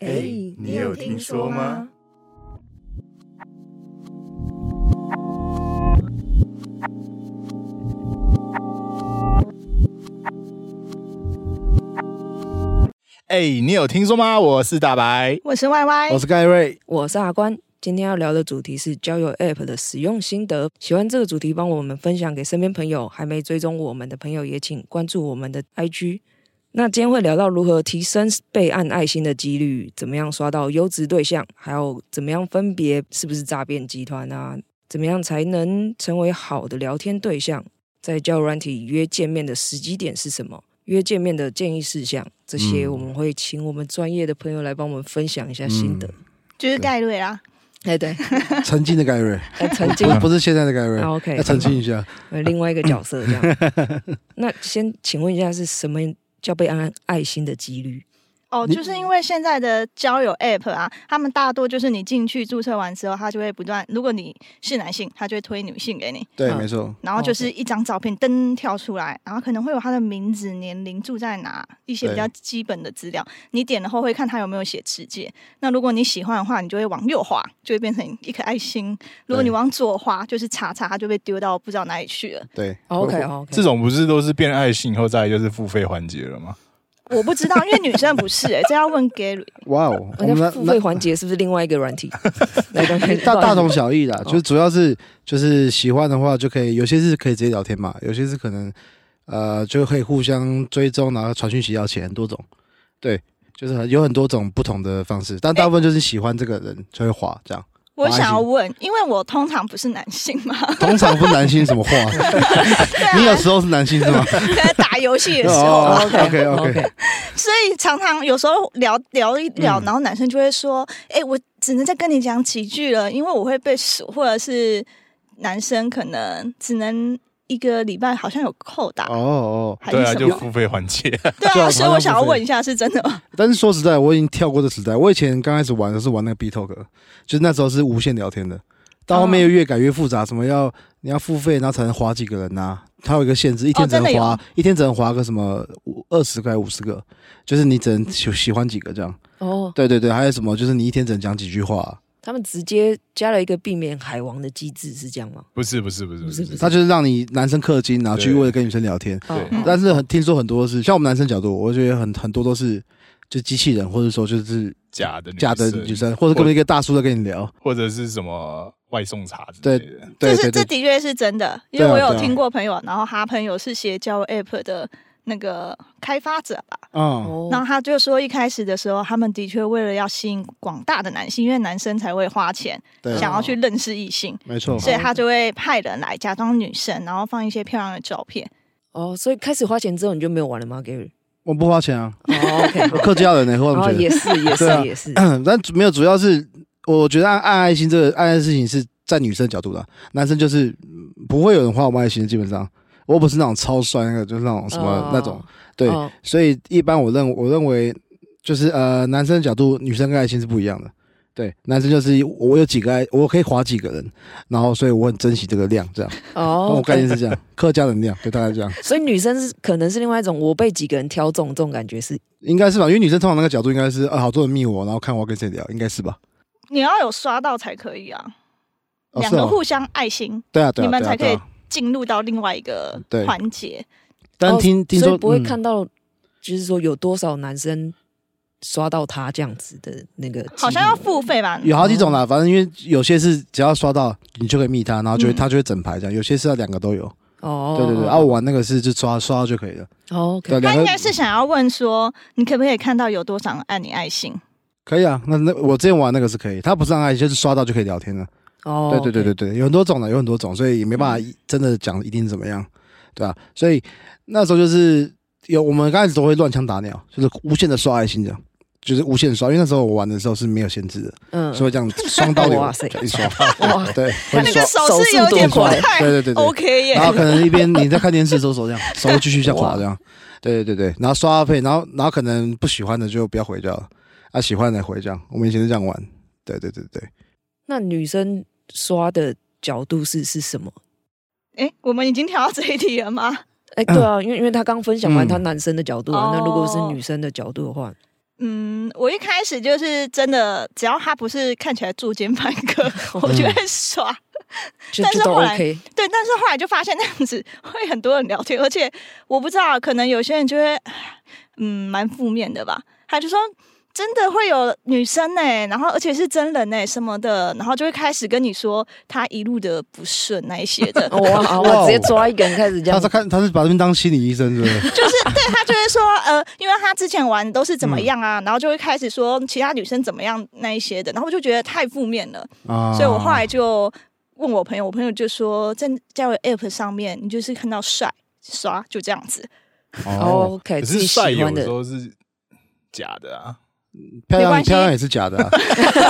哎，你有听说吗？哎、你有听说吗？我是大白，我是 Y Y，我是盖瑞，我是阿关。今天要聊的主题是交友 App 的使用心得。喜欢这个主题，帮我们分享给身边朋友。还没追踪我们的朋友，也请关注我们的 IG。那今天会聊到如何提升备案爱心的几率，怎么样刷到优质对象，还有怎么样分别是不是诈骗集团啊？怎么样才能成为好的聊天对象？在交友软体约见面的时机点是什么？约见面的建议事项，这些嗯我们会请我们专业的朋友来帮我们分享一下心得。就是盖瑞啊啦。哎，对，嗯曾经的盖瑞，哎，曾经 不是不是现在的盖瑞，啊，OK，要澄清一下。呃另外一个角色这样。 那先请问一下，是什么叫被安爱心的几率？哦，你就是因为现在的交友 App 啊，他们大多就是你进去注册完之后，他就会不断，如果你是男性，他就会推女性给你，哦对，嗯没错，然后就是一张照片噔跳出来，然后可能会有他的名字、年龄、住在哪一些比较基本的资料。你点了后会看他有没有写世界。那如果你喜欢的话，你就会往右滑，就会变成一颗爱心；如果你往左滑，就是叉叉，它就被丢到不知道哪里去了。对。哦，OK，我哦，OK，这种不是都是变爱心以后，再来就是付费环节了吗？我不知道，因为女生不是哎、这要问 Gary。哇哦，我人们家那付费那环节是不是另外一个软 体？ 来刚才大大同小异啦，哦就是主要是就是喜欢的话就可以，有些是可以直接聊天嘛，有些是可能呃就可以互相追踪，然后传讯息要钱，很多种。对，就是很有很多种不同的方式，但大部分就是喜欢这个人才会滑 这样。我滑爱想要心问，因为我通常不是男性 嘛，通常不男性 什么话？ 对啊你有时候是男性是吗？在打游戏的时候哦嘛， ，OK OK， OK，所以常常有时候聊聊一聊，嗯然后男生就会说：“哎、我只能再跟你讲几句了，因为我会被数，或者是男生可能只能一个礼拜好像有扣打、哦哦。还对是啊，哎什就么付费环节。？” 对对啊，啊所以我想要问一下，是真的吗？但是说实在，我已经跳过这时代。我以前刚开始玩的是玩那个 B Talk，就是那时候是无限聊天的，到后面又越改越复杂，什么要你要付费，然后才能划几个人呐、它有一个限制，一天只能哦真的有划、一天只能划个什么二十个、五十个，就是你只能喜喜欢几个这样。哦，对对对，还有什么就是你一天只能讲几句话、他们直接加了一个避免海王的机制，是这样吗？不是不是不是不是不是不是他就是让你男生氪金，然后去对为了跟女生聊天。哦对但是很听说很多是像我们男生角度，我觉得很很多都是就机器人，或者说就是假的假的女生，或者或跟一个大叔在跟你聊。或者是什么外送茶之类的。 对这对是对这的确是真的，因对为啊我有对啊听过朋友，然后他朋友是写交友 App 的那个开发者吧，嗯，哦，然后他就说一开始的时候，他们的确为了要吸引广大的男性，因为男生才会花钱对，啊想要去认识异性。没错。所以他就会派人来假装女生，然后放一些漂亮的照片。哦，所以开始花钱之后你就没有玩了吗，Gary？我不花钱啊， 哦，OK，我客家人呢，我然怎后么觉哦也是也对啊是也是，得？ 但没有，主要是我觉得按按爱心这个按爱事情是在女生角度的，男生就是嗯不会有人花我们爱心，基本上。我不是那种超酸那个，就是那种什么哦那种，对哦所以一般我认我认为就是呃，男生的角度，女生跟爱心是不一样的。对，男生就是我有几个爱，我可以划几个人，然后所以我很珍惜这个量，这样。哦我概念，OK，是这样，客家人量，就大概这样，所以女生是可能是另外一种，我被几个人挑中，这种感觉是应该是吧？因为女生通常那个角度应该是，啊，好多人密我，然后看我要跟谁聊，应该是吧？你要有刷到才可以啊，哦两是个哦互相爱心，对啊，对啊，你们对啊才可对以啊进入到另外一个对环节。但听哦听所说以不会嗯看到，就是说有多少男生刷到他这样子的那个记录，好像要付费吧？有好几种啦，反正因为有些是只要刷到你就可以密他，然后就嗯会、他就会整排这样，有些是要两个都有。哦，对对对，啊，我玩那个是就刷刷到就可以了。哦对， ，OK，他两个应该是想要问说，你可不可以看到有多少人按你爱心？可以啊。那那我之前玩那个是可以，他不是让爱就是刷到就可以聊天了。哦，嗯对对对对对，有很多种的，有很多种，所以也没办法一真的讲一定怎么样，对啊，所以那时候就是有我们刚开始都会乱枪打鸟，就是无限的刷爱心这样。就是无限刷，因为那时候我玩的时候是没有限制的，嗯，所以这样双刀流哇塞一刷，哇，对，他会那刷个手是有点不手速对太对对对 OK 耶然。后可能一边你在看电视的时候手这样，手会继续这样滑这样，对对对对，然后刷到配，然后然后可能不喜欢的就不要回掉了，啊喜欢的回这样，我们以前是这样玩，对对对对，那女生刷的角度是是什么？哎，我们已经调到这一题了吗？哎，对啊，因为因为他刚分享完嗯他男生的角度啊，哦那如果是女生的角度的话，嗯，我一开始就是真的，只要他不是看起来作奸犯科， 我就会刷。就但是就都后来 OK，，对，但是后来就发现那样子会很多人聊天，而且我不知道，可能有些人就会，嗯，蛮负面的吧。他就说真的会有女生呢、然后而且是真人呢、欸什么的，然后就会开始跟你说他一路的不顺那一些的我啊哇我哦直接抓一个人开始这他样是，看他是把这边当心理医生，是不是？就是 对他就会说，呃，因为他之前玩都是怎么样啊，然后就会开始说其他女生怎么样那一些的，然后我就觉得太负面了，啊，所以我后来就问我朋友，我朋友就说，在交友 App 上面，你就是看到帅刷就这样子，哦，哦 OK，可自是己喜帅有欢的的时候是假的啊，漂没关亮系漂亮也是假的 啊，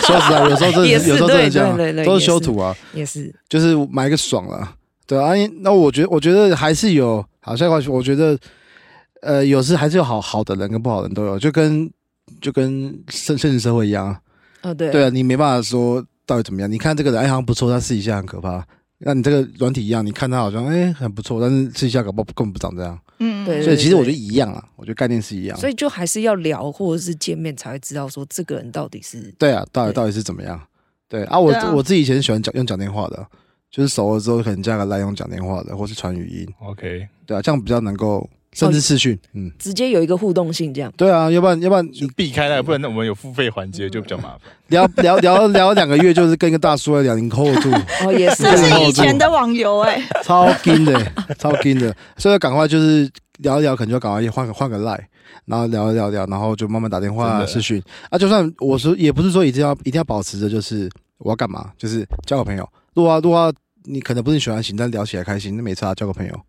说实在，有时候真的也有是时候真的对这样对对啊，对都也是是修图啊，也是就是买个爽了，对啊。因为那我觉得，我觉得还是有好下一块，我觉得呃，有时还是有好好的人跟不好的人都有，就跟就跟现现实社会一样啊，哦对对啊，你没办法说到底怎么样。你看这个人哎好像不错，但试一下很可怕。那你这个软体一样，你看他好像哎很不错，但是试一下搞不好根本不长这样。嗯，对所以其实我觉得一样啊，我觉得概念是一样。所以就还是要聊或者是见面才会知道说这个人到底是对啊，到底对到底是怎么样？对啊，我对啊我自己以前喜欢讲用讲电话的，就是熟了之后可能加个赖用讲电话的，或是传语音， OK，对啊，这样比较能够甚至视讯，嗯，直接有一个互动性这样。对啊，要不然要不然你就避开那个，不然我们有付费环节就比较麻烦。聊聊聊聊两个月， 就是跟一个大叔在聊，你 hold 住，哦，也是这然是后以前的网游哎、 超劲的，超劲的，所以赶快就是聊一聊，可能就赶快换个换个赖，然后聊一聊聊，然后就慢慢打电真话的视讯啊。就算我说也不是说一定要一定要保持着就是我要干嘛，就是交个朋友。如果要如果要你可能不是喜欢型，但聊起来开心，那没差，交个朋友。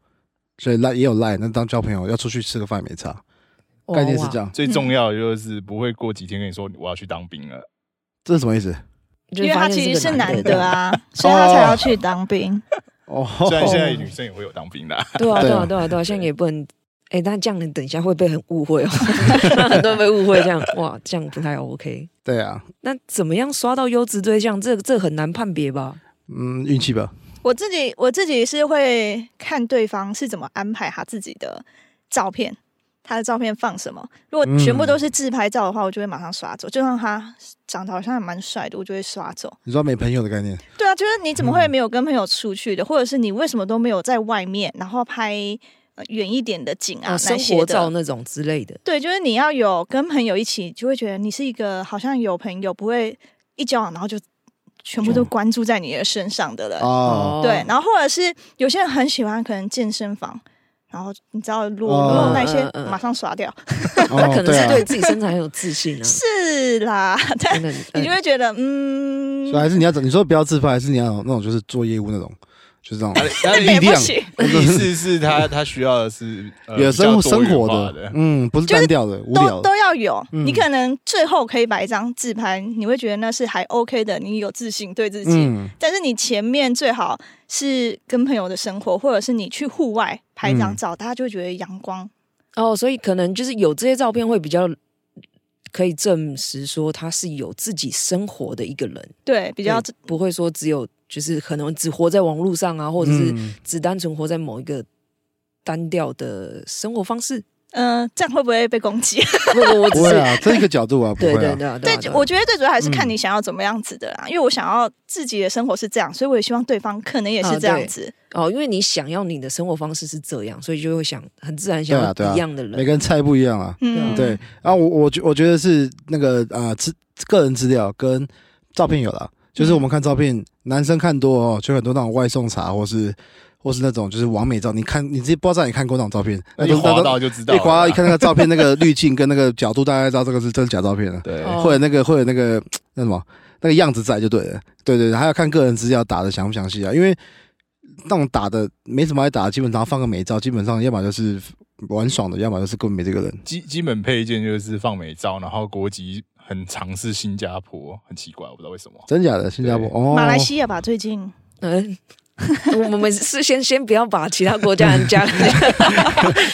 所以赖也有赖，那当交朋友要出去吃个饭也没差，哇概念哦是哇这样。最重要的就是不会过几天跟你说我要去当兵了，这是什么意思？哦就因为发他现其实个是男的的，啊， 所以他才要去当兵。 哦，虽然现在女生也会有当兵的啊，对啊，对对啊啊，对啊，对啊，现在也不能。哎、但这样你等一下会被很误 会哦，让很多人被误会这样，哇，这样不太 OK。对啊，那怎么样刷到优质对象？这这很难判别吧？嗯，运气吧。我自己我自己是会看对方是怎么安排他自己的照片，他的照片放什么。如果全部都是自拍照的话，我就会马上刷走。就算他长得好像还蛮帅的，我就会刷走。你说没朋友的概念，对啊，就是你怎么会嗯没有跟朋友出去的，或者是你为什么都没有在外面，然后拍呃远一点的景啊、哦，那生些活照的？那种之类的，对，就是你要有跟朋友一起，就会觉得你是一个好像有朋友，不会一交往然后就全哦部都关注在你的身上的人。哦，对，然后或者是有些人很喜欢可能健身房，然后你知道裸露哦那些嗯嗯嗯马上刷掉，他可能是对自己身材很有自信啊， 是啊啦， 但真的，呃你就会觉得嗯所以，还是你要找，你说不要自拍，还是你要有那种就是做业务那种，就是 哎那种啊那也你不行。 意思是他他需要的是呃有生比活较多生元活化的，嗯，不是就是单调的、无都聊的，都要有，嗯你可能最后可以把一张自拍，你会觉得那是还 OK 的，你有自信对自己。嗯，但是你前面最好是跟朋友的生活，或者是你去户外拍一张嗯照，大家就会觉得阳光。哦，所以可能就是有这些照片会比较可以证实说他是有自己生活的一个人，对，比较对不会说只有就是可能只活在网络上啊，或者是嗯只单纯活在某一个单调的生活方式。嗯、这样会不会被攻 击？不不，我只不会是啊，这一个 角度啊，不对会对啊，对啊对对啊，对啊，我觉得最主要还是看嗯你想要怎么样子的啦。因为我想要自己的生活是这样，所以我也希望对方可能也是啊这样对子。哦，因为你想要你的生活方式是这样，所以就会想很自然想对啊要对啊一样的人。每个人菜不一样啊，啊嗯，对。然后我我觉我觉得是那个啊，资个人资料跟照片有了，就是我们看照片，男生看多哦，就很多那种外送茶或是。或是那种就是完美照，你看你自己不知道你看过那种照片，那那一都是那滑都到就知道一了啦，滑到一看那个照片，那个滤镜跟那个角度，大概知道这个是真的假照片了。啊对，哦会有那个会有那个呃那什么那个样子在就对了，对对对，还要看个人资料打的详不详细啊，因为那种打的没什么爱打，基本上放个美照，基本上要么就是玩爽的，要么就是根本没这个人。基基本配件就是放美照，然后国籍很尝试新加坡，很奇怪，我不知道为什么。真假的，新加坡哦，马来西亚吧，最近嗯，我们是先先不要把其他国家人加进去，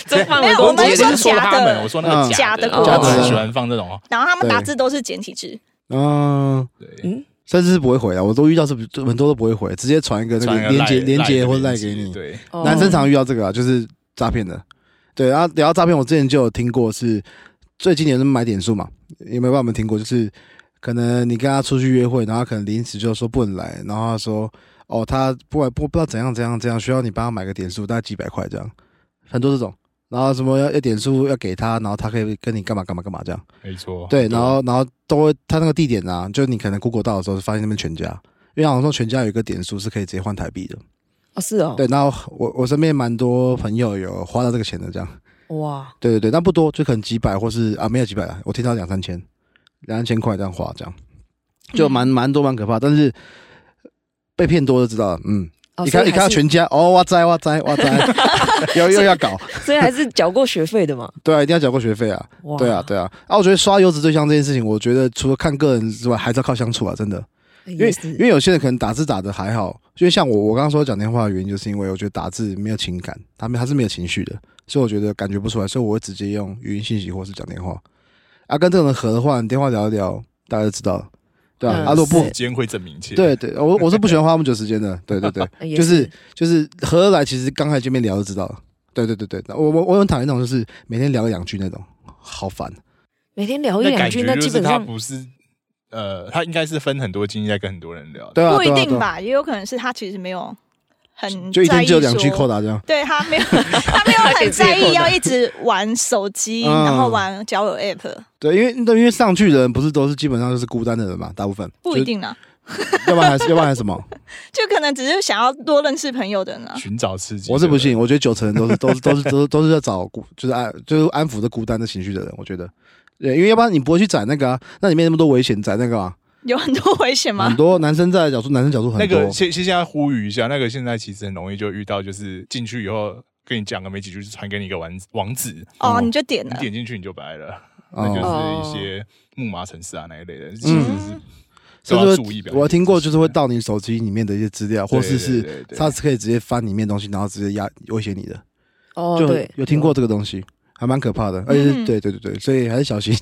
这范围没有攻我们击不有点是是说说他假们，的我说那嗯个假假的假国的籍喜欢放这种，然后他们对啊打字都是简体字，嗯，对，嗯，甚至是不会回啊，我都遇到是很多都不会回，直接传一个那传个个连接赖连接的或者链赖给接你。对，哦男生常遇到这个啊，就是诈骗的。对，然后聊到诈骗，我之前就有听过是最经典是买点数嘛，有没有帮我们听过？就是可能你跟他出去约会，然后他可能临时就说不能来，然后他说哦，他不管不不知道怎样怎样怎样，需要你帮他买个点数，大概几百块这样，很多这种。然后什么要要点数要给他，然后他可以跟你干嘛干嘛干嘛这样。没错。对，然后然后都会他那个地点啊，就你可能 Google 到的时候，发现那边全家，因为好像说全家有一个点数是可以直接换台币的。哦，是哦，对，然后我我身边蛮多朋友有花到这个钱的，这样。哇，对对对，但不多，就可能几百或是啊没有几百啊，我听到两三千，两三千块这样花，这样嗯就蛮蛮多蛮可怕，但是被骗多就知道了，嗯。哦你所以看，你还看到是全家哦，哇塞哇塞哇 塞，又又要搞，所以还是缴过学费的嘛。对啊，一定要缴过学费啊，哇，对啊，对啊。啊，我觉得刷优质对象这件事情，我觉得除了看个人之外，还是要靠相处啊，真的。因为也是因为有些人可能打字打的还好，因为像我我刚刚说讲电话的原因，就是因为我觉得打字没有情感，他们他是没有情绪的，所以我觉得感觉不出来，所以我会直接用语音信息或是讲电话。啊，跟这种人合的话，你电话聊一聊，大家就知道了，对啊，嗯啊，如果不时间会证明一切。对对，我我是不喜欢花那么久时间的，对对 对，呃也就是就是合得来，其实刚开始见面聊就知道了，对对对对，我我我很讨厌那种就是每天聊个两句那种，好烦。每天聊一那两感句，觉那就基是本他上不是呃，他应该是分很多精力在跟很多人聊。对啊，不一对啊定对啊吧，也有可能是他其实没有很就一天只有两句在意说扣打这样。对他 没有，他没有他给很自己在扣意的要一直玩手机，嗯然后玩交友 app，对，因为因为上去的人不是都是基本上就是孤单的人嘛，大部分不一，定啦， 就是要不然还是要不然还是 什么？就可能只是想要多认识朋友的人啊。寻找刺激，我是不信，我觉得九成人都是都是都是都是都是在找孤，就是安就是安抚这孤单的情绪的人，我觉得。对，因为要不然你不会去载那个啊，那里面那么多危险，载那个啊，有很多危险很吗？多男生在角度，男生角度很那多。个现现现在呼吁一下，那个现在其实很容易就遇到，就是进去以后跟你讲个没几句，就传给你一个网网址，哦，嗯你就点你了，点进去你就白了。那哦嗯就是一些木马城市啊那一类的，其实是都甚至要会注意表现自己的。我听过，就是会盗你手机里面的一些资料，对，或对是是对对他是可以直接翻里面东西，然后直接压威胁你的。哦，就对，有听过这个东西，还蛮可怕的。而且是嗯对对对对，所以还是小心，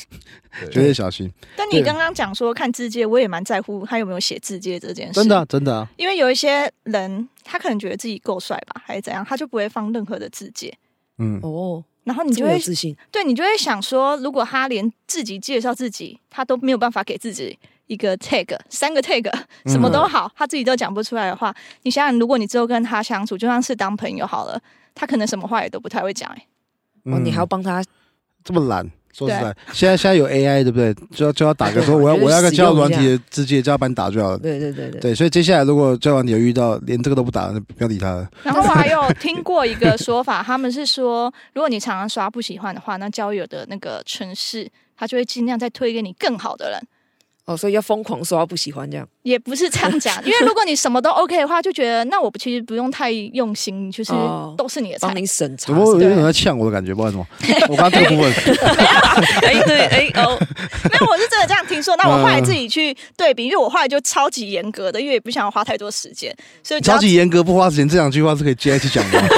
对绝对小心。但你刚刚讲说看字界，我也蛮在乎他有没有写字界这件事。真的啊、真的啊，因为有一些人，他可能觉得自己够帅吧，还是怎样，他就不会放任何的字界。嗯，哦，然后你你就就有会自信，对你就会想说，如果他连自己介绍自己，他都没有办法给自己一个 tag，三个 tag，什嗯么都好，他自己都讲不出来的话，你想想，如果你之后跟他相处，就算是当朋友好了，他可能什么话也都不太会讲、欸。哦，你还要要帮他嗯这么懒。说实在，现在现在有 AI，对不对？就要就要打 个说对我要就是我要个使用交友软一体的直接叫他帮你打就好了。对对对对，对，所以接下来如果交友软体有遇到连这个都不打，那不要理他了。然后我还有听过一个说法，他们是说，如果你常常刷不喜欢的话，那交友的那个城市，他就会尽量再推给你更好的人。哦，所以要疯狂刷不喜欢这样，也不是这样讲，因为如果你什么都 OK 的话，就觉得那我不其实不用太用心，就是哦都是你的菜。帮你审查只。不过有对点在呛我的感觉，不知道为 什么。我刚刚这个部分，哎， 对，哎哦，没有，我是真的这样听说。那我后来自己去对比，因为我后来就超级严格的，因为也不想要花太多时间，所以只要超级严格不花时间，这两句话是可以接在一起讲的。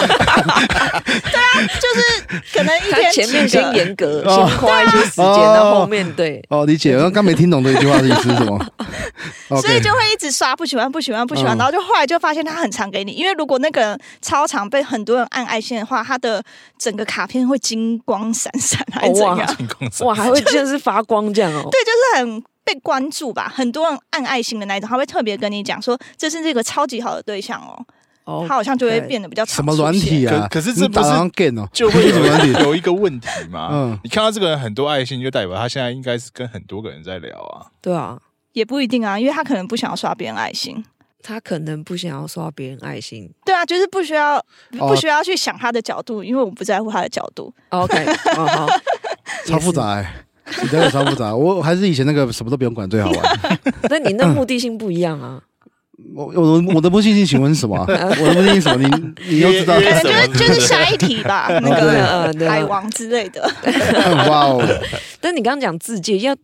就是可能 一他天前面几先个严格， 哦先花一些时间， 哦到后面 对，哦，理解。我刚刚没听懂这一句话的意思是 什么。所以 OK，就会一直刷不喜欢不喜欢不喜欢，嗯然后就后来就发现他很常给你，因为如果那个人超常被很多人按爱心的话，他的整个卡片会金光闪闪还是怎哦样，哇就进攻哇，还会就是发光这样 哦，是很。被关注吧，很多人按爱心的那一种，他会特别跟你讲说这是这个超级好的对象哦，哦他，好像就会对变得比较常什么软出现体啊？可可是你这不打是上 game 哦。就会 什么问有题有一个问题嘛。嗯你看到这个人很多爱心，就代表他现在应该是跟很多个人在聊啊。对啊，也不一定啊，因为他可能不想要刷别人爱心。他可能不想要刷别人爱心。对啊，就是不需要哦不需要去想他的角度，因为我不在乎他的角度。 OK，哦好，超复杂、 欸，你真的超复杂。我还是以前那个什么都不用管最好玩。也是。那你嗯那目的性不一样啊，我我的我的不信心，请问是什么啊、 我的不信心是什么？你你又知道？约可能什么就是就是下一题吧，那对个嗯对啊海王之类的。 哇哦！但你刚刚讲字界，要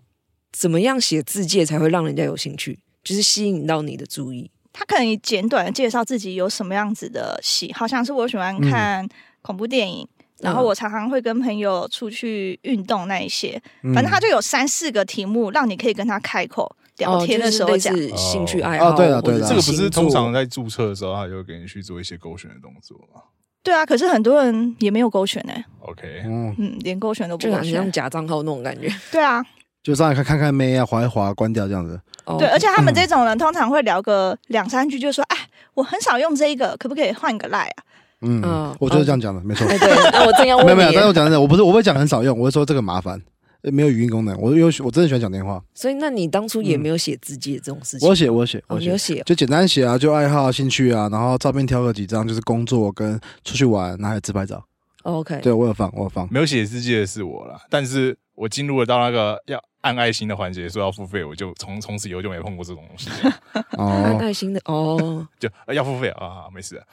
怎么样写字界才会让人家有兴趣，就是吸引到你的注意。他可能以简短的介绍自己有什么样子的喜好，像是我喜嗯欢看恐怖电影。然后我常常会跟朋友出去运动那一些，嗯反正他就有三四个题目，让你可以跟他开口聊天的时候讲哦。就是类似兴趣爱哦好，对了或者对了这个不是星座通常在注册的时候，他就会给你去做一些勾选的动作吗？对啊，可是很多人也没有勾选哎、 OK，嗯，嗯，连勾选都不就勾很像选。假账号那种感 觉。对啊，就上来看看看妹啊，划一划，关掉这样子。哦对，而且他嗯们这种人通常会聊个两三句，就说：“哎，我很少用这一个，可不可以换个赖啊嗯嗯，我就是这样讲的，没 错。哎， 对，那我正要问没你，有没有，但是我讲真的，我不是我不会讲很少用，我会说这个麻烦，呃没有语音功能。我有我真的喜欢讲电话，所以那你当初也没有写字迹的这种事情，我写我写哦我你写有，写就简单写啊，就爱好啊、兴趣啊，然后照片挑个几张，就是工作跟出去玩，然后还有自拍照。哦，OK，对我有放，我 有放。没有写日记的是我啦，但是我进入了到那个要按爱心的环节，说要付费，我就从从此以后就没碰过这种东西， 按哦，爱心的 哦，就、呃要付费啊，没事啊、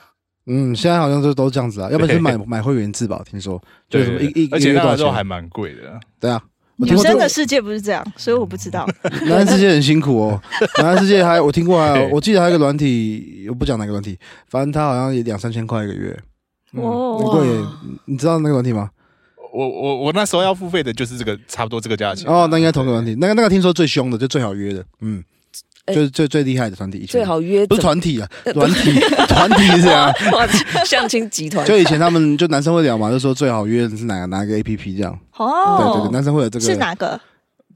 嗯，现在好像就都这样子啊，要不然就是买对买会员制吧，听说就是什么一一而一个且月那个多少时候钱？还蛮贵的。对啊，？”我女听过这生个的世界不是这样，所以我不知 道。男人世界很辛苦哦，男人世界还有我听过，还有对我记得还有一个软体，我不讲哪个软体，反正它好像也两三千块一个月，嗯很哦，贵耶。你知道那个软体吗？我我我那时候要付费的就是这个差不多这个价钱哦，那应该同个团体，那个那个听说最凶的，就最好约的，嗯，哎就是最最厉害的团体，以前最好约不是怎么团体啊，团体团体是啊，哇 相亲集团，就以前他们就男生会聊嘛，就说最好约的是哪哪个 A P P 这样，对对对，哦，男生会有这个是哪 个？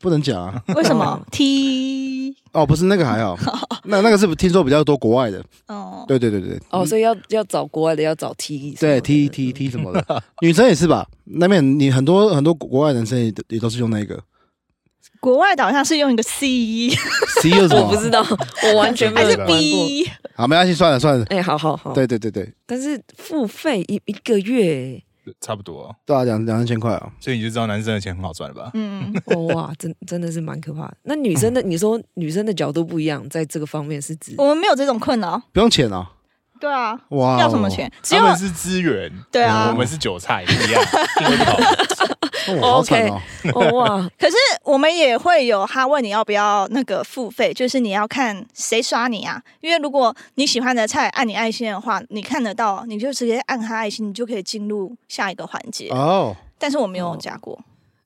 不能 讲啊，为什 么哦 T？哦，不是那个还好，那那个是听说比较多国外的，哦，对对对对，哦，所以要要找国外的，要找 T，什么 E 的对 T E T T 什么的， 女生也是吧？那边你很多很多国外男生也都也都是用 那个国外的好像是用一个 C， C 又什我不么？知道，我完全没还有是玩过。 B？好，没关系，算了算了。哎，好好好，，对对对对，但是付费一一个月，差不多，对啊，两两三千块啊。所以你就知道男生的钱很好赚了吧？嗯， 哦哇，真真的是蛮可怕的。那女生的，你说女生的角度不一样，在这个方面是指 我们没有这种困扰。不用钱啊！对啊，哇哦，要什么钱？只他有们是资源，对啊我们是韭菜一样。 哦？好惨哦！哦哇，可是我们也会有他问你要不要那个付费，就是你要看谁刷你啊。因为如果你喜欢的菜按你爱心的话，你看得到，你就直接按他爱心，你就可以进入下一个环节。哦，但是我没有加过，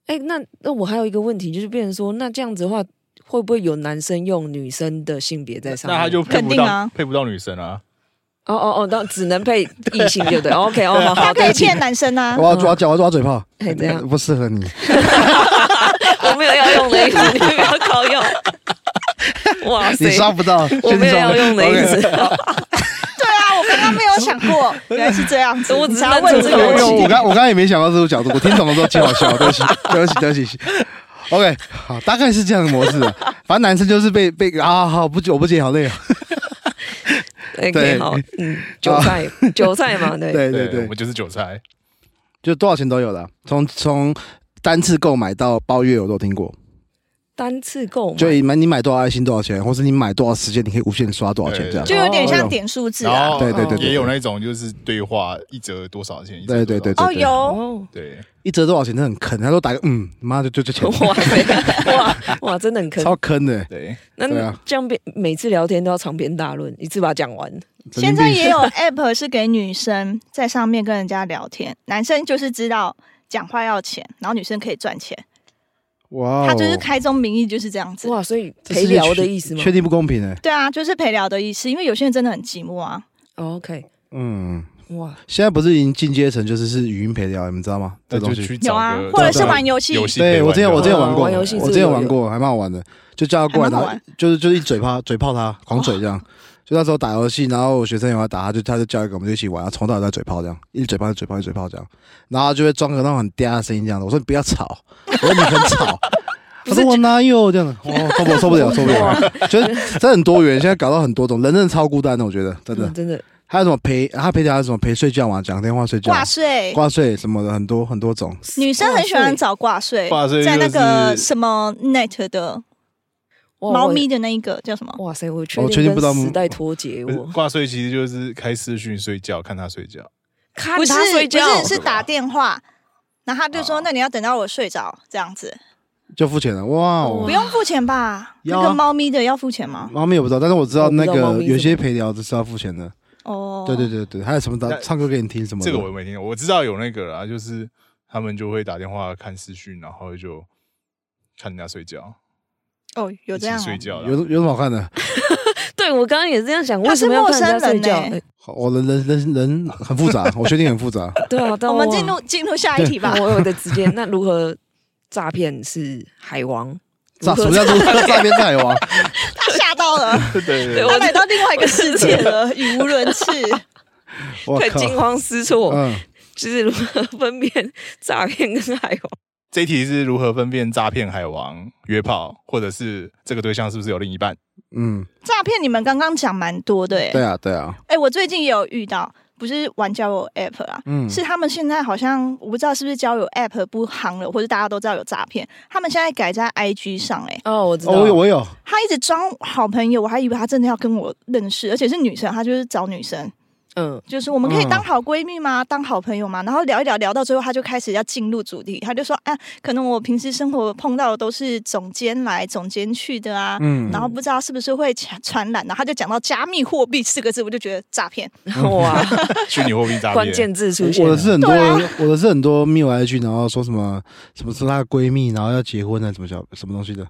哎，那那我还有一个问题，就是变成说，那这样子的话，会不会有男生用女生的性别在上那面？他就配不肯定啊到，配不到女生啊。哦哦哦，那只能配异性，对不对？OK，哦，好他好，可对以不起，骗男生啊 我。要抓脚，我要抓嘴炮，哎怎样 不适 合你。我没有要用的意思，你不要靠用。哇塞你，刷不到， 我没有要用的意确定刷不到。思。对啊，我刚刚没有想过，原来是这样子。我只你是才要 问这个单纯问好我奇我题。刚我刚才也没想到这种角度，我听懂了之后挺好笑，对不起，对不起，对不起。OK，好，大概是这样的模式啊。反正男生就是被被啊，好不我不接，好累啊。对 OK，好，嗯，韭菜，韭菜嘛，对，对对对我，们就是韭菜。就多少钱都有的，从从单次购买到包月我都听过。单次购买就。你买你买多少爱心多少钱，或是你买多少时间，你可以无限刷多少钱对这样。就有点像哦点数字然啊。后对对对对也有那种就是对话一折多少钱？一折对对多少哦，钱对有哦，对，一折多少钱，他很坑，他都打个嗯，妈的就就钱， 哇塞，哇哇，真的很坑。超坑的。对，那对啊这样变，每次聊天都要长篇大论，一次把它讲完。神经现病在也有 app 是给女生在上面跟人家聊天，男生就是知道讲话要钱，然后女生可以赚钱，哇哦，他就是开宗明义就是这样子。哇，所以这陪世界聊的确意思吗确定不公平哎。对啊，就是陪聊的意思，因为有些人真的很寂寞啊。哦？OK，嗯，哇，现在不是已经进阶成就是是语音陪聊，你们知道吗？这那东就西。去有找啊个，或者是对玩游戏，游戏陪对玩我之前就好我之前哦玩过，玩游戏我是之前有玩有过，还蛮好玩的。就叫他过还来，蛮然好后玩就是就是一嘴炮嘴炮他，狂嘴这样。 就那时候打游戏，然后我学生也要打，他就他就叫一个我们就一起玩，然后从头到尾在嘴炮这样，一直嘴炮一直嘴炮一直嘴炮这样，然后他就会装个那种很嗲的声音这样的。我说你不要吵，我说你很吵。他说我哪有这样的，哦，受不了受不了受不了，就是真的很多元，现在搞到很多种，人真的超孤单的，我觉得真的嗯。真的还有什么陪他陪他什么陪睡觉嘛，讲电话睡觉，挂税。挂睡什么的，很多很多种。女生很喜欢找挂税，挂税在那就个是什么 net 的哇猫我咪的那一个叫什么？哇塞，我确我哦确定定不知道跟时代脱节，不是我挂睡其实就是开视讯睡觉，看他睡觉。看不是他睡觉不是对是吧打电话，然后他就啊说：“那你要等到我睡着这样子，就付钱了，哇哦！不用付钱吧？”要啊那个猫咪的要付钱吗？猫咪我不知道，但是我知道我不那知道猫个咪是有些陪聊的是要付钱的。哦，对对对对，还有什么打那唱歌给你听什么的？这个我没听过，我知道有那个啦，就是他们就会打电话看视讯，然后就看人家睡觉，哦，有一起这样哦睡觉啦。有有什么好看的？对我刚刚也是这样想，他为是什么要陌看人家生睡人觉？欸哎我人人人人很复杂，我确定很复杂。对 啊，但哦我们进入进入下一题吧。我有的直接， 那如何诈骗是海王？诈什如何么叫做诈骗海王？他吓到了， 对对对我他来到另外一个世界了，语无伦次。我会靠！惊慌失措，嗯，就是如何分辨诈骗跟海王？这一题是如何分辨诈骗海王、约炮，或者是这个对象是不是有另一半？嗯，诈骗你们刚刚讲蛮多的、欸，对啊，对啊，哎、我最近也有遇到，不是玩交友 app 啊，嗯，是他们现在好像我不知道是不是交友 app 不行了，或者大家都知道有诈骗，他们现在改在 IG 上、欸，哎，哦，我知道，哦，我有，我有，他一直装好朋友，我还以为他真的要跟我认识，而且是女生，他就是找女生，嗯，就是我们可以嗯当好闺蜜吗？当好朋友吗？然后聊一聊，聊到最后他就开始要进入主题，他就说啊，可能我平时生活碰到的都是总监来总监去的啊，嗯然后不知道是不是会传传染，然后他就讲到加密货币四个字，我就觉得诈骗。嗯 哇，虚拟货币 诈骗，关键字出现我了，的是很多，对我的是很多密友 IG，然后说什么什么是她的闺蜜，然后要结婚啊，什么小什么东西的，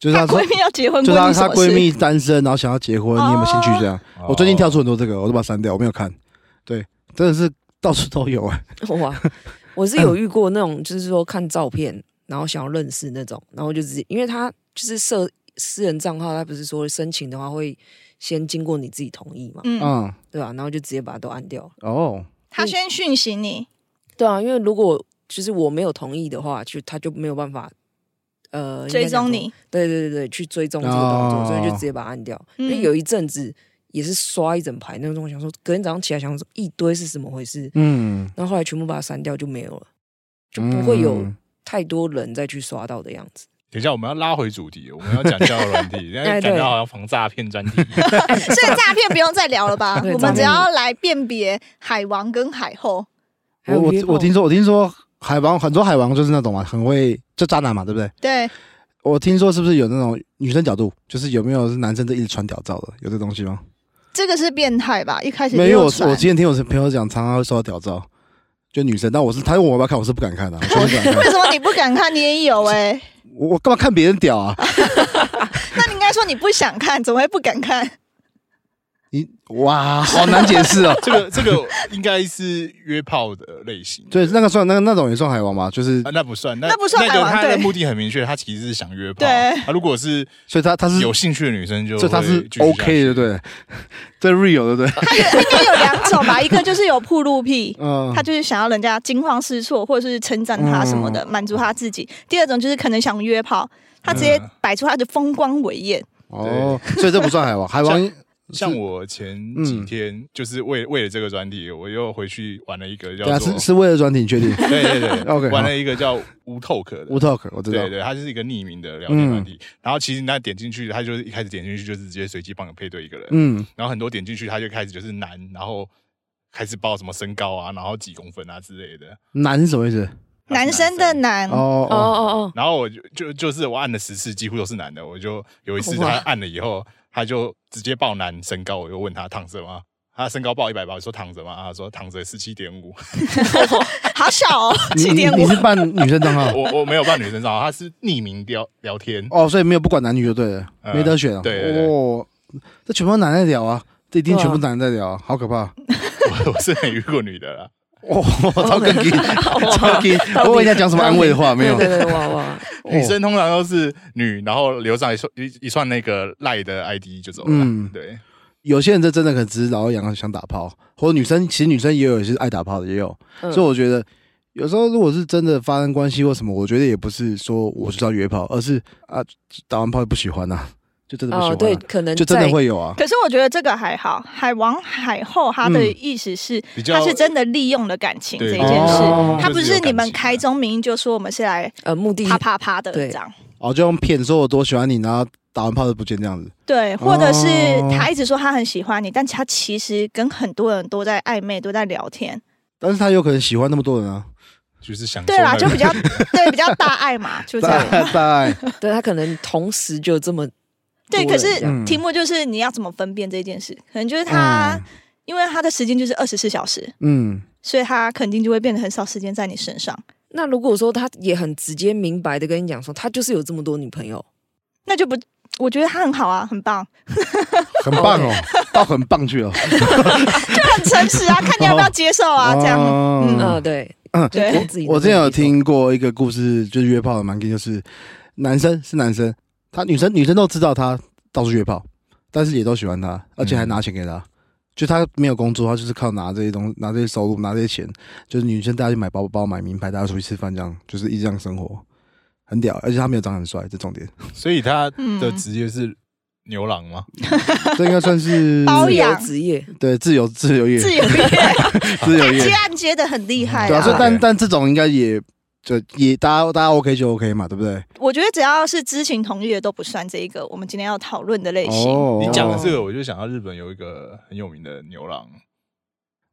就是她她说闺，蜜要结婚，就是关她你什她么闺事？蜜单身，然后想要结婚，你有没有兴趣这样？哦我最近跳出很多这个，我都把它删掉，我没有看。对，真的是到处都有哎、 哇，我是有遇过那种，就是说看照片，然后想要认识那种，然后就直接，因为他就是设私人账号，他不是说申请的话会先经过你自己同意嘛，嗯，嗯，对吧、然后就直接把它都按掉了。哦，他先讯息你，对啊，因为如果就是我没有同意的话，就他就没有办法。呃，应追踪该讲说，你，对对对对，去追踪这个动作，哦所以就直接把它按掉。嗯因为有一阵子也是刷一整排那种，想说隔天早上起来想说一堆是怎么回事，嗯，然后后来全部把它删掉就没有了，就不会有嗯太多人再去刷到的样子。等一下，我们要拉回主题，我们要讲交友软 体，现在哎对感觉好像防诈骗专题。。所以诈骗不用再聊了吧？对我诈们骗只要来辨别海王跟海后。还有我我约炮我听说我听说海王很多海王就是那种嘛，很会就渣男嘛，对不对？对，我听说是不是有那种女生角度，就是有没有是男生在一直传屌照的，有这东西吗？这个是变态吧？一开始没就有，我传我之前听我朋友讲，常常会收到屌照，就女生，但我是他问我要不要看，我是不敢看的、我绝对不敢 为看，什么你不敢看？你也有哎、 我我干嘛看别人 屌啊？那你应该说你不想看，怎么会不敢 看？你哇，好难解释哦这个这个应该是约炮的类 型，对，那个算那个那种也算海王嘛，就是啊，那不算，那那不算那海个王他的对目的很明确，他其实是想约炮。啊对他如果是所以他他是有兴趣的女生就所以他会是继续下 OK 的，去，对，这 real 对不对？他有应该有两种吧，一个就是有铺路癖。 嗯，他就是想要人家惊慌失措，或者是称赞他什么嗯的，满足他自己。第二种就是可能想约炮，他直接嗯摆出他的风光伟业。哦，所以这不算海王，海王像是嗯我前几天就是为为了这个专题，我又回去玩了一个叫对啊，做是是为了专题你 确定对对对 OK，玩好了一个叫无透壳的无。talk 我知道嗯对，对，它就是一个匿名的聊天软体。然后其实你那点进去，它就是一开始点进去就是直接随机帮你配对一个人。嗯然后很多点进去，它就开始就是男，然后开始报什么身高啊，然后几公分啊之类的。男是什么意思？它是男生的男，哦哦哦，哦然后我就就就是我按了十次，几乎都是男的。我就有一次哇他按了以后，他就直接报男身高，我就问他躺着吗？他身高报一百八，我说躺着吗？啊他说躺着十七点五。 好小哦，你七你点你五是。办女生账 号我我没有办女生账号，他是匿名聊聊天。哦，所以没有不管男女就对了，呃没得选啊。对对对哦，这全部都男的聊啊，这一定对啊全部男的聊哦啊，好可 怕！我我是没遇过女的啦，哦，超更低， 超更低哦到底我问一下讲什么安慰的话哦，没有？对对对，哇 哇，哦女生通常都是女，然后留上一串一一串那个赖的 ID 就走了。嗯对，有些人这真的可能只是老痒想打炮，或者女生其实女生也有也是爱打炮的，也有。嗯所以我觉得有时候如果是真的发生关系或什么，我觉得也不是说我是要约炮，而是啊打完炮也不喜欢呐、啊就真的不哦，喜欢、啊对，可能就真的在会有啊。可是我觉得这个还好，海王海后他的意思是，比较他是真的利用了感情这对一对件事，哦他不就是是有你们感情啊开的宗明义就说我们是来呃目的啪啪啪的对这样。哦，就用骗说我多喜欢你，然后打完炮就不见这样子。对，或者是哦他一直说他很喜欢你，但他其实跟很多人都在暧昧，都在聊天。但是他有可能喜欢那么多人啊，就是想对啦，就比较对比较大爱嘛，就这样。 在在对他可能同时就这么对，多可人是这样嗯题目就是你要怎么分辨这件事，可能就是他，嗯因为他的时间就是二十四小时，嗯所以他肯定就会变得很少时间在你身上，那如果说他也很直接明白的跟你讲说，他就是有这么多女朋友，那就不我觉得他很好啊，很棒，很棒哦，到很棒去了。很诚实 啊，看你要不要接受啊，这样。哦嗯啊，对，就对看自己我之前有能不能接受，听过一个故事，就是约炮的蛮劲，就是男生是男生，他女生女生都知道他到处约炮，但是也都喜欢他，而且还拿钱给他。就他没有工作，他就是靠拿这些东拿这些收入，拿这些钱，就是女生带他去买包包、买名牌，带他出去吃饭，这样就是一直这样生活，很屌。而且他没有长很帅，这重点，所以他的嗯职业是牛郎吗？这应该算是包自养由职业，对自由自由业，自由业， 自由业接，案接的很厉害对啊。所以啊。但对但这种应该也就也大家大家 OK 就 OK 嘛，对不对？我觉得只要是知情同意的都不算这一个我们今天要讨论的类型。哦你讲的这是个，我就想到日本有一个很有名的牛郎，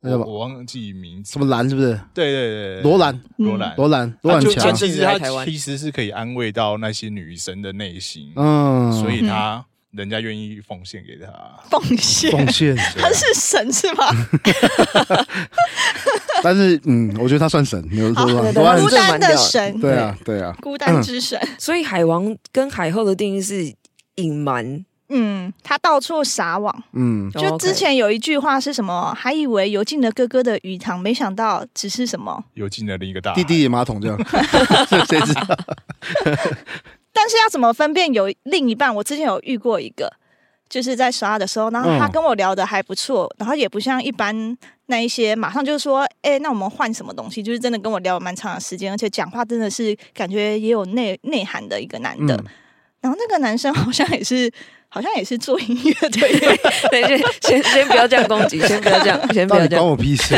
那叫我什么我忘记名字什。么蓝是不是？对对对，对罗兰，嗯罗兰，罗兰，罗他兰就他强，其实来他台湾其实是可以安慰到那些女生的内心，嗯，所以他人家愿意奉献给他。奉献，奉献。对啊他是神是 吗？但是，嗯，我觉得他算神，没有好错，罗兰，啊对对孤罗兰对是，单的神，对啊，对啊，孤单之神。所以海王跟海后的定义是隐瞒， 嗯，他到处撒网。嗯，哦就，OK 之前有一句话是什么？还以为游进了哥哥的鱼塘，没想到只是什么？又进了另一个大海弟弟的马桶 这样，这谁知道？但是要怎么分辨有另一半？我之前有遇过一个，就是在刷的时候，然后他嗯跟我聊的还不错，然后也不像一般那一些马上就说，哎、那我们换什么东西？就是真的跟我聊了蛮长的时间，而且讲话真的是感觉也有内内涵的一个男的。嗯然后那个男生好像也是，好像也是做音乐的耶，对，先 先先不要这样攻击，先不要这样，先不到要底这关样。我屁事？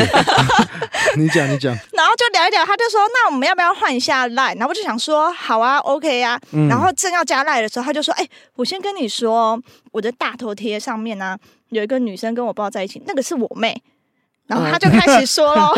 你讲，你讲，然后就聊一聊，他就说：“那我们要不要换一下 line？” 然后我就想说：“好啊，OK 啊。嗯然后正要加 line 的时候，他就说：“哎、我先跟你说，我的大头贴上面呢、有一个女生跟我抱在一起，那个是我妹。”然后他就开始说喽，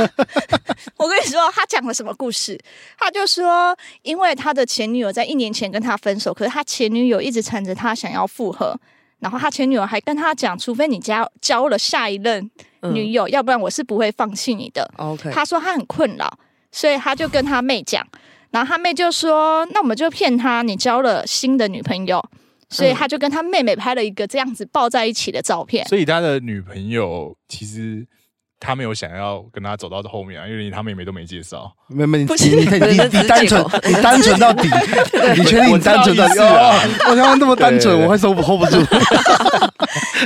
我跟你说，他讲了什么故事？他就说，因为他的前女友在一年前跟他分手，可是他前女友一直缠着他想要复合，然后他前女友还跟他讲，除非你交交了下一任嗯女友，要不然我是不会放弃你的。哦 OK，他说他很困扰，所以他就跟他妹讲，然后他妹就说：“那我们就骗他，你交了新的女朋友。”所以他就跟他妹妹拍了一个这样子抱在一起的照片。所以他的女朋友其实他没有想要跟他走到后面啊，因为连他妹妹都没介绍。妹妹，你不是你你人家只是你你单纯借口，你单纯到底，你确定我你知道单纯到意底？思啊哦我刚刚那么单对对纯，对我会收不 hold 不住。啊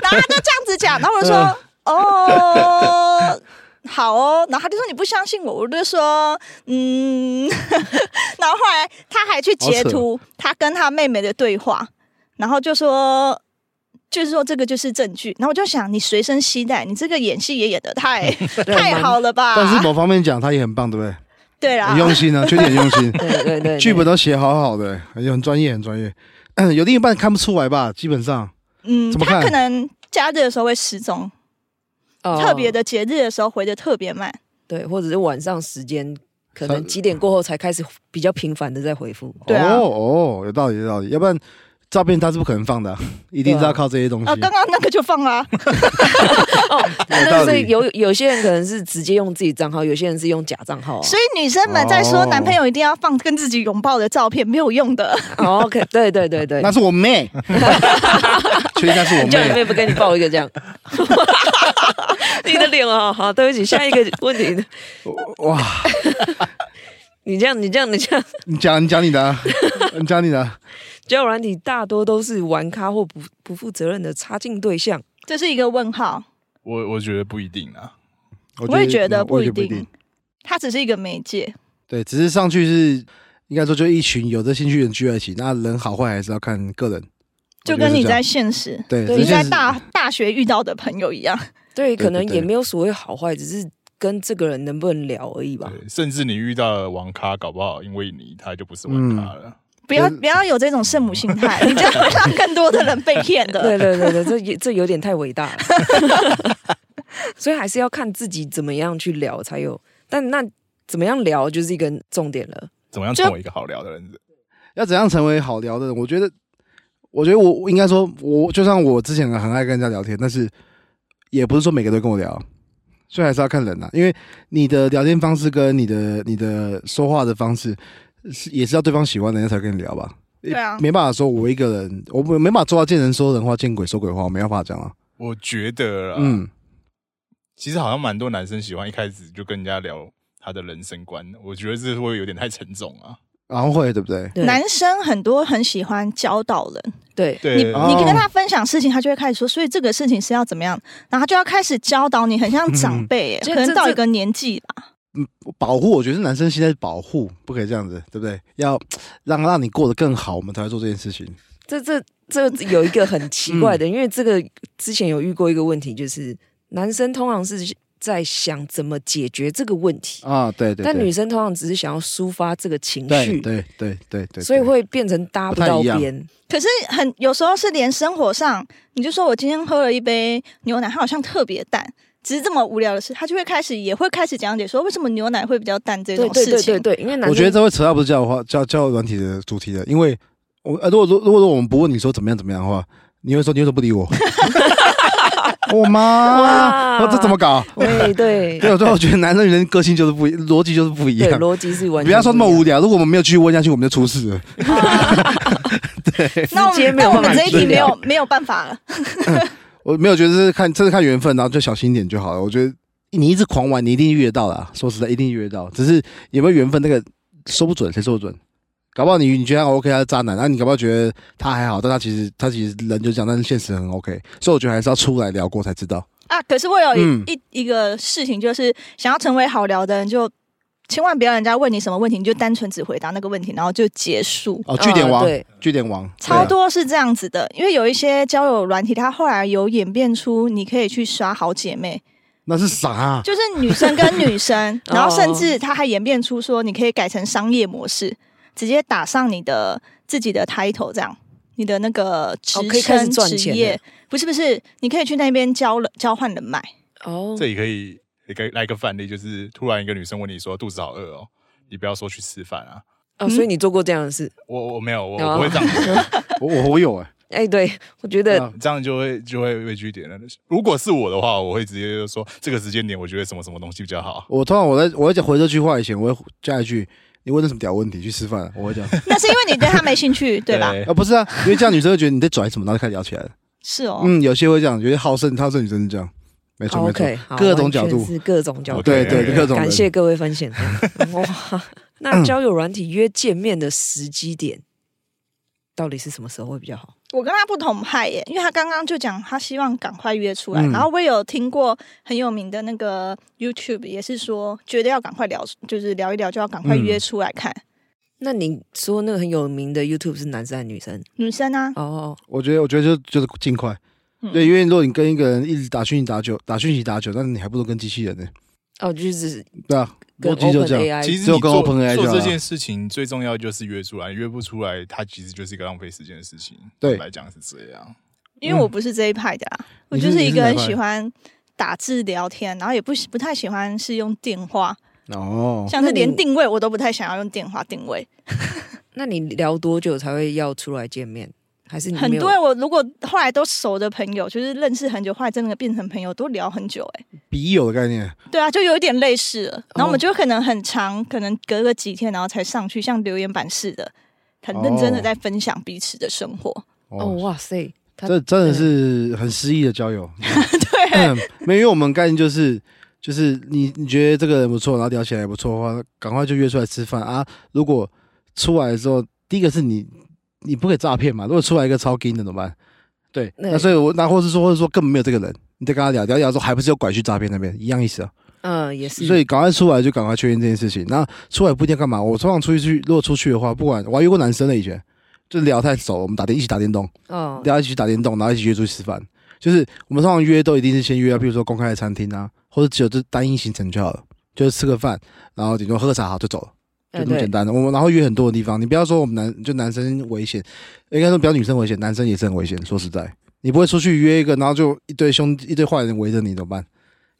然后他就这样子讲，然后我就说：“嗯哦。”好哦，然后他就说你不相信我，我就说嗯， 然后后来他还去截图他跟他妹妹的对话，然后就说就是说这个就是证据，然后我就想你随身携带，你这个演戏也演的 太对太好了吧？啊但是某方面讲，他也很棒，对不对？对啦很，用心啊，确实很用心。对对对对，剧本都写好好的，很很专业，很专业。 有另一半看不出来吧？基本上，嗯，怎么他看可能假日的时候会失踪，哦特别的节日的时候回的特别慢，对，或者是晚上时间，可能上几点过后才开始比较频繁的在回复。对啊哦哦，有道理，有道理。要不然照片他是不可能 放的啊，一定是要靠这些东西。啊，刚刚那个就放啦、哦，那啊有道那理所以有有些人可能是直接用自己账号，有些人是用假账号、啊。所以女生们在说哦男朋友一定要放跟自己拥抱的照片，没有用的。 哦 OK，对对对对，那是我妹，确定那是我叫你妹。妹不跟你抱一个这样， 你的脸啊、哦，好，对不起，下一个问题，哇，你这样你这样你这样，你讲你讲你的 啊，你讲你的啊。交友软体大多都是玩咖或不不负责任的插进对象。这是一个问号，我我觉得不一定啊，我我也觉得我不也一觉得不定一定。，它只是一个媒介。对，只是上去是应该说就一群有这兴趣的人聚在一起，那人好坏还是要看个人。就我觉得跟是你这样在现实，对，对这你件在事大大学遇到的朋友一样，对，对可能对也对没有所谓好坏，只是跟这个人能不能聊而已啊吧。对，甚至你遇到了王咖，搞不好因为你他就不是王咖嗯了。不要就是不要有这种圣母心态，你这样会让更多的人被骗对的。对对对，这也这有点太伟大了， 所以还是要看自己怎么样去聊才有。但那怎么样聊就是一个重点了。怎么样成为一个好聊的人？要怎样成为好聊的人？我觉得，我觉得我我应该说，我就算我之前很爱跟人家聊天，但是也不是说每个都跟我聊，所以还是要看人呐、啊因为你的聊天方式跟你的你的说话的方式是也是要对方喜欢的人家才跟你聊吧。对啊没办法说我一个人，我没没办法做到见人说人话，见鬼说鬼话，我没办法讲啊。我觉得啦，嗯，嗯，其实好像蛮多男生喜欢一开始就跟人家聊他的人生观，我觉得这会有点太沉重啊。然后会对不对？对男生很多很喜欢教导人，对对，你哦你跟他分享事情，他就会开始说，所以这个事情是要怎么样，然后他就要开始教导你，很像长辈耶，这可能这到这一个年纪啦，保护，我觉得是男生现在保护不可以这样子，对不对？要让让你过得更好，我们才会做这件事情。这这这 有一个很奇怪的，嗯因为这个之前有遇过一个问题，就是男生通常是在想怎么解决这个问题，啊，对对对，但女生通常只是想要抒发这个情对绪，对对对对，所以对会变成搭不太到一样边。可是很有时候是连生活上，你就说我今天喝了一杯牛奶，它好像特别淡。只是这么无聊的事，他就会开始也会开始讲解说为什么牛奶会比较淡这对种对事对情对。对，因为男生我觉得这会扯到不是教话教教软体的主题的，因为我呃，如果如如果说我们不问你说怎么样怎么样的话，你会说你为什么不 理我？我妈，哇我这怎么搞？对 对对，我最后觉得男生女生个性就是不一，逻辑就是不一对，样。逻辑是完全不要说那么一样无聊，如果我们没有继续问下去，我们就出事了。 那我 直接们没有那办我们法这一题治没疗有没有办法了。我没有觉得这是看，这是看缘分，然后就小心一点就好了。我觉得你一直狂玩，你一定遇得到啦。说实在，一定遇得到，只是有没有缘分，那个说不准，谁说不准？搞不好你你觉得他 OK，他是渣啊男，那、你搞不好觉得他还好，但他其实他其实人就这样，但是现实很 OK，所以我觉得还是要出来聊过才知道。啊，可是我有一、嗯一一个事情，就是想要成为好聊的人就。千万不要人家问你什么问题，你就单纯只回答那个问题，然后就结束。哦，据 点啊王，对据点王，啊超多是这样子的，因为有一些交友软体，它后来有演变出你可以去刷好姐妹，那是啥、啊？就是女生跟女生， 哦然后甚至它还演变出说你可以改成商业模式，直接打上你的自己的 title 这样。你的那个职哦可以开始称、赚职钱业了不是不是，你可以去那边交人交换人脉，哦，这里可以也可以来个范例，就是突然一个女生问你说肚子好饿哦，你不要说去吃饭啊。哦，嗯所以你做过这样的事？我我没有，我哦我不会这样，我我我有哎、哎，对，我觉得啊这样就会就会畏惧一点了。如果是我的话，我会直接就说这个时间点，我觉得什么什么东西比较好。我通常我在我在回这句话以前，我会加一句：“你问的什么屌问题？去吃饭啊、我会这样。那是因为你对他没兴趣，对吧？啊，不是啊，因为这样女生会觉得你在拽什么，然后就开始聊起来了。是哦，嗯，有些会这样，有些好胜好胜女生是这样，没错没错。哦 OK，好各种完全角度是各种角度，嗯对 OK，OK，OK 对，各种人嗯感谢各位分 享。哇，那交友软体约见面的时机点到底是什么时候会比较好？我跟他不同派耶，因为他刚刚就讲他希望赶快约出来，嗯然后我也有听过很有名的那个 YouTube，也是说觉得要赶快聊，就是聊一聊就要赶快嗯约出来看、那你说那个很有名的 YouTube 是男生还是女生？女生嗯啊，哦，我觉得，我觉得就就是尽快。嗯对，因为如果你跟一个人一直打讯息打久，打讯息打久，但是你还不如跟机器人呢、哦，就是对啊，跟逻 Open 辑就这样。 AI，其实只有你跟做 OpenAI 做就好这了件事情最重要就是约出来，约不出来，它其实就是一个浪费时间的事情。对来讲是这样。因为我不是这一派的啊，我嗯你是就是一个你很是哪派喜欢打字聊天，然后也不喜不太喜欢是用电话，哦，像是那你连定位我都不太想要用电话定位。那你聊多久才会要出来见面？还是你很没有哦多人我如果后来都熟的朋友，就是认识很久，后来真的变成朋友，都聊很久哎、笔友的概念，对啊，就有一点类似了。然后哦我们就可能很长，可能隔个几天，然后才上去，像留言板似的，很认真的在分享彼此的生活。 哦，哦，哇塞，他这真的是很诗意的交友。 对，嗯没有，因为我们概念就是。就是你，你觉得这个人不错，然后聊起来也不错的话，赶快就约出来吃饭啊！如果出来之后，第一个是你，你不可以诈骗嘛。如果出来一个超金的怎么办？对，对那所以我那或是说，或者说根本没有这个人，你再跟他聊聊一聊之后，还不是又拐去诈骗那边，一样意思啊。嗯也是，所以赶快出来就赶快确认这件事情。那出来不一定要干嘛？我通常出去去，如果出去的话，不管我还约过男生的以前，就聊太熟，我们打电一起打电动，哦大家一起去打电动，然后一起约出去吃饭。就是我们通常约都一定是先约啊，比如说公开的餐厅啊，或者只有这单一行程就好了，就是吃个饭，然后顶多喝个茶好就走了，就哎那么对简单的。我们然后约很多的地方，你不要说我们男就男生危险，应该说不要女生危险，男生也是很危险。说实在，你不会出去约一个，然后就一堆兄弟一堆坏人围着你怎么办？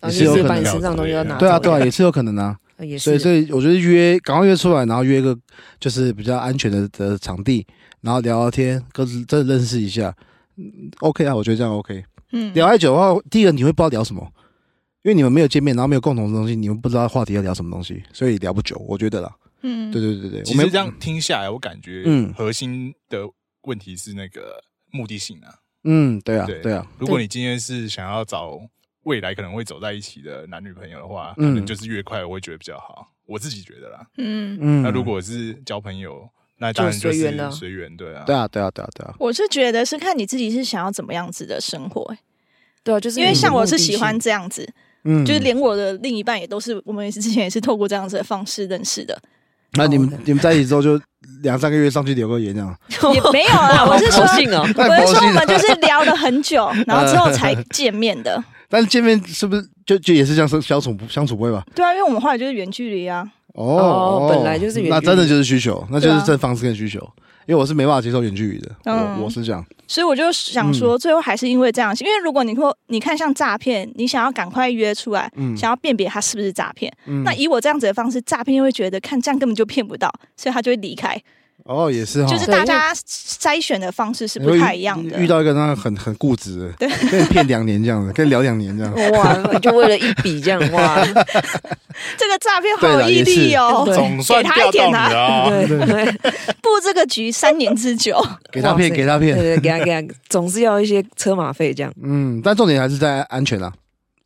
然后也是有哦就是可把能你聊身上的东西都对拿走这对啊，样，对啊，也是有可能啊。啊也所以，所是，以我觉得约赶快约出来，然后约一个就是比较安全的的场地，然后聊聊天，跟真的认识一下。嗯 OK 啊，我觉得这样 OK。嗯，聊太久的话，第一个你会不知道聊什么，因为你们没有见面，然后没有共同的东西，你们不知道话题要聊什么东西，所以聊不久，我觉得啦。嗯，对对对对，我其们实这样听下来，我感觉，嗯核心的问题是那个目的性啊。嗯，对啊，对对啊，如果你今天是想要找未来可能会走在一起的男女朋友的话，可嗯能就是越快，我会觉得比较好。我自己觉得啦。嗯，嗯，啊那如果是交朋友，那当然就就随缘是了随缘，对啊，对啊，对啊，对啊，对啊，我是觉得是看你自己是想要怎么样子的生活、欸对啊，就是因为像我是你喜的 欢目的性这样子，嗯，就是连我的另一半也都是，我们也是之前也是透过这样子的方式认识的，那啊你们哦你们在一起之后就两三个月上去留个啊言这样，也没有啦，我是说好。信哦，太我是哦佛说，系我们了。就是聊了嗯很 久，然后之后才见面的。但是见面是不是就就也是这样相相处相处不会吧？ 对啊，因为我们后来就是远距离啊。哦本来就是远那距真的离就是需求，那就对是啊这方式跟需求。因为我是没办法接受远距离的，嗯我我是这样，所以我就想说，最后还是因为这样，因为如果你说你看像诈骗，你想要赶快约出来，嗯想要辨别他是不是诈骗，嗯那以我这样子的方式，诈骗又会觉得看这样根本就骗不到，所以他就会离开。哦也是哈，就是对大因为家筛选的方式是你不会太一样的。遇到一个那很很固执的，跟你骗两年这样 子，跟你聊两年这样， 哇，就为了一笔这样哇，这个诈骗好有对毅啦力哦，也是总算给他钓一到点你啊了啊。对 对布这个局三年之久。给他骗哇塞给他对骗，对，给他给他，总是要一些车马费这样。嗯，但重点还是在安全啊，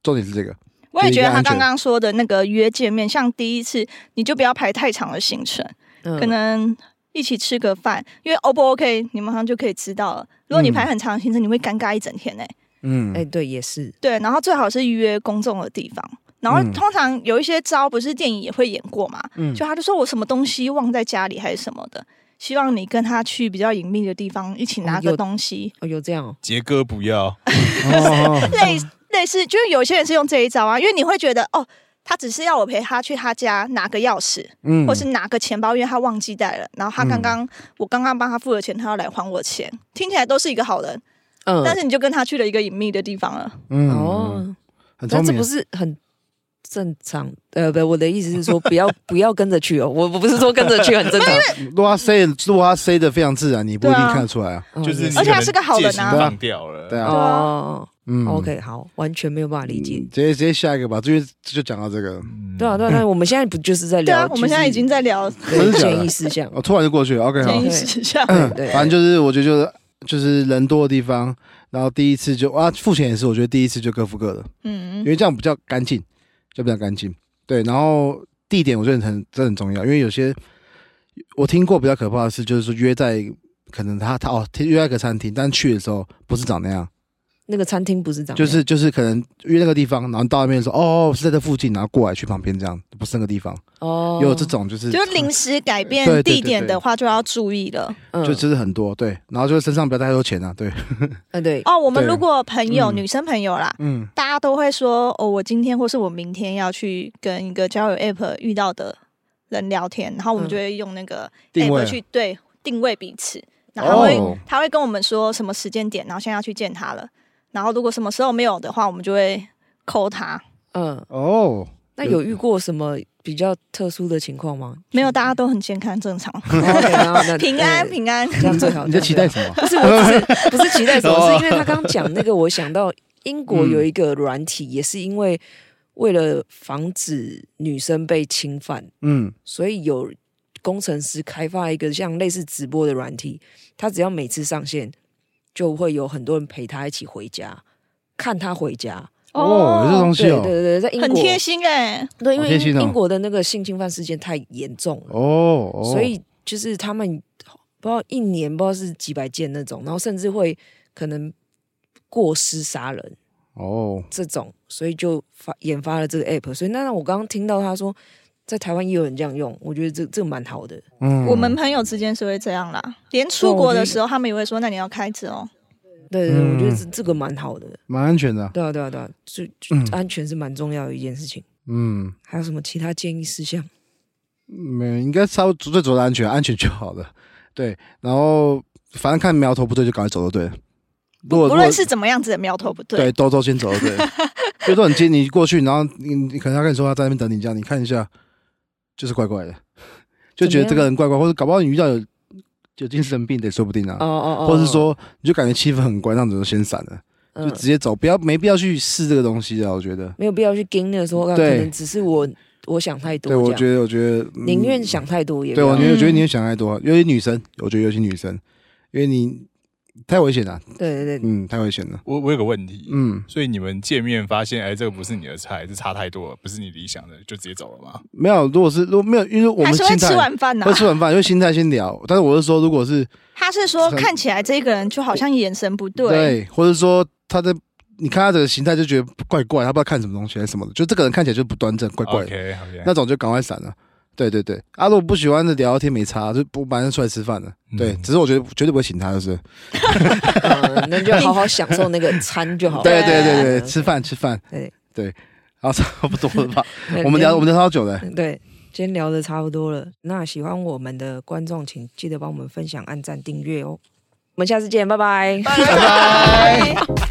重点是这个，我也觉得注意一下他安全刚刚说的那个约见面，像第一次你就不要排太长的行程，嗯可能一起吃个饭，因为 O 不 OK，你马上就可以知道了。如果你嗯排很长的行程，你会尴尬一整天哎、嗯，哎，对，也是对，然后最好是约公众的地方。然后嗯通常有一些招，不是电影也会演过嘛？嗯就他就说我什么东西忘在家里还是什么的，希望你跟他去比较隐秘的地方一起拿哦个有东西，哦，有这样哦，杰哥不要，哦类类似就是有些人是用这一招啊，因为你会觉得哦，他只是要我陪他去他家拿个钥匙， 嗯或是拿个钱包，因为他忘记带了，然后他刚刚、我刚刚帮他付了钱，他要来还我钱，听起来都是一个好人，嗯，但是你就跟他去了一个隐秘的地方了，嗯，嗯哦，很聪但这明不，是很正常？呃，不，我的意思是说，不要 不要跟着去哦，我我不是说跟着去很正常，如果他塞，如果他塞的非常自然，你不一定对啊看得出来啊，哦就是也你而且他是可能个好人啊戒心放掉了，对啊，哦嗯 OK，好，完全没有办法理解嗯。直接直接下一个吧，因为这就讲到这个了，嗯对啊，对啊，对啊，我们现在不就是在对聊？啊，我们现在已经在聊就是真的对假的潜意识项，我啊哦突然就过去了，OK 好潜建意议，识下，对 反正就是我觉得就是就是人多的地方，然后第一次就啊付钱也是，我觉得第一次就各付各的， 嗯因，为这样比较干净，就比较干净。对，然后地点我觉得很这很重要，因为有些我听过比较可怕的事，就是说约在可能他他哦约在一个餐厅，但去的时候不是长那样，那个餐厅不是这样，就是就是可能约那个地方，然后到那边说哦是在这附近，然后过来去旁边这样，不是那个地方，哦，有这种就是就是临时改对变对对地点的话，就要注意了。嗯，就就是很多对，然后就是身上不要带太多钱啊，对，哎对，哦，我们如果朋友嗯女生朋友啦，嗯大家都会说哦，我今天或是我明天要去跟一个交友 app 遇到的人聊天，然后我们嗯就会用那个定位啊 app 去对定位彼此，然后他会、哦他会跟我们说什么时间点，然后现在要去见他了，然后如果什么时候没有的话，我们就会扣他。嗯，哦，那有遇过什么比较特殊的情况吗？ 没有，大家都很健康正常， 哦，OK，然后那 平安哎平安。这样最啊好。你在期待什不么？是，我不是不是期待什 哦嗯么，是因为他刚讲那个，我想到英国有一个软体，也是因为为了防止女生被侵犯，嗯所以有工程师开发一个像类似直播的软体，他只要每次上线，就会有很多人陪他一起回家，看他回家。哦，有这东西对对哦，对对，在英很国，贴心哎、对，因好为贴心英哦英国的那个性侵犯事件太严重了，哦，哦所以就是他们不知道一年不知道是几百件那种，然后甚至会可能过失杀人哦，这种，所以就发研发了这个 app。所以那我刚刚听到他说，在台湾也有人这样用，我觉得这这蛮好的。嗯，哦我们朋友之间是会这样啦，连出国的时候，他们也会说：“那你要开着哦。对对对，嗯我觉得这这个蛮好的。蛮安全的啊，对啊对啊对啊，就就嗯安全是蛮重要的一件事情。嗯，还有什么其他建议事项？没嗯有，应该稍微最主要的安全，安全就好了。 对，然后反正看苗头不对就赶快走就对了。如”果不如论果是怎么样子的苗头不对对，都都先走就 对了。就说你接你过去，然后你你可能他跟你说他在那边等你，这样你看一下，就是怪怪的， 就觉得这个人怪怪，或者搞不好你遇到有有精神病的也说不定啊，哦哦哦，或者是说你就感觉气氛很怪，那你就先闪了，嗯就直接走，不要没必要去试这个东西啊，我觉得。没有必要去盯那个说，啊可对能只是我我想太多对，这样，我觉得，我觉得嗯宁愿想太多也不对，我要觉得，嗯我觉得你也想太多，尤其女生，我觉得尤其女生，因为你太危险了，对对对，嗯，太危险了，我我有个问题，嗯，所以你们见面发现，哎，这个不是你的菜，这差太多了，不是你理想的，就直接走了吗？没有，如果是如果没有，因为我还们是会心态吃晚饭呢、啊会吃晚饭，因为心态先聊，但是我是说，如果是他是说很看起来这个人就好像眼神不对，或者说他的。你看他这个形态就觉得怪怪，他不知道看什么东西还是什么的，就这个人看起来就不端正，怪怪的。 OK OK，那种就赶快闪了。对对对，啊，如果不喜欢的聊天没差，就不反正出来吃饭了。对，嗯只是我觉得绝对不会请他，就是。嗯那 就好好享受那个餐就好了。对对嗯对对，吃饭吃饭。对对，啊，差不多了 吧？对我们聊我们聊超久的，嗯对，今天聊的差不多了。那喜欢我们的观众，请记得帮我们分享、按赞、订阅哦。我们下次见，拜拜。拜拜。对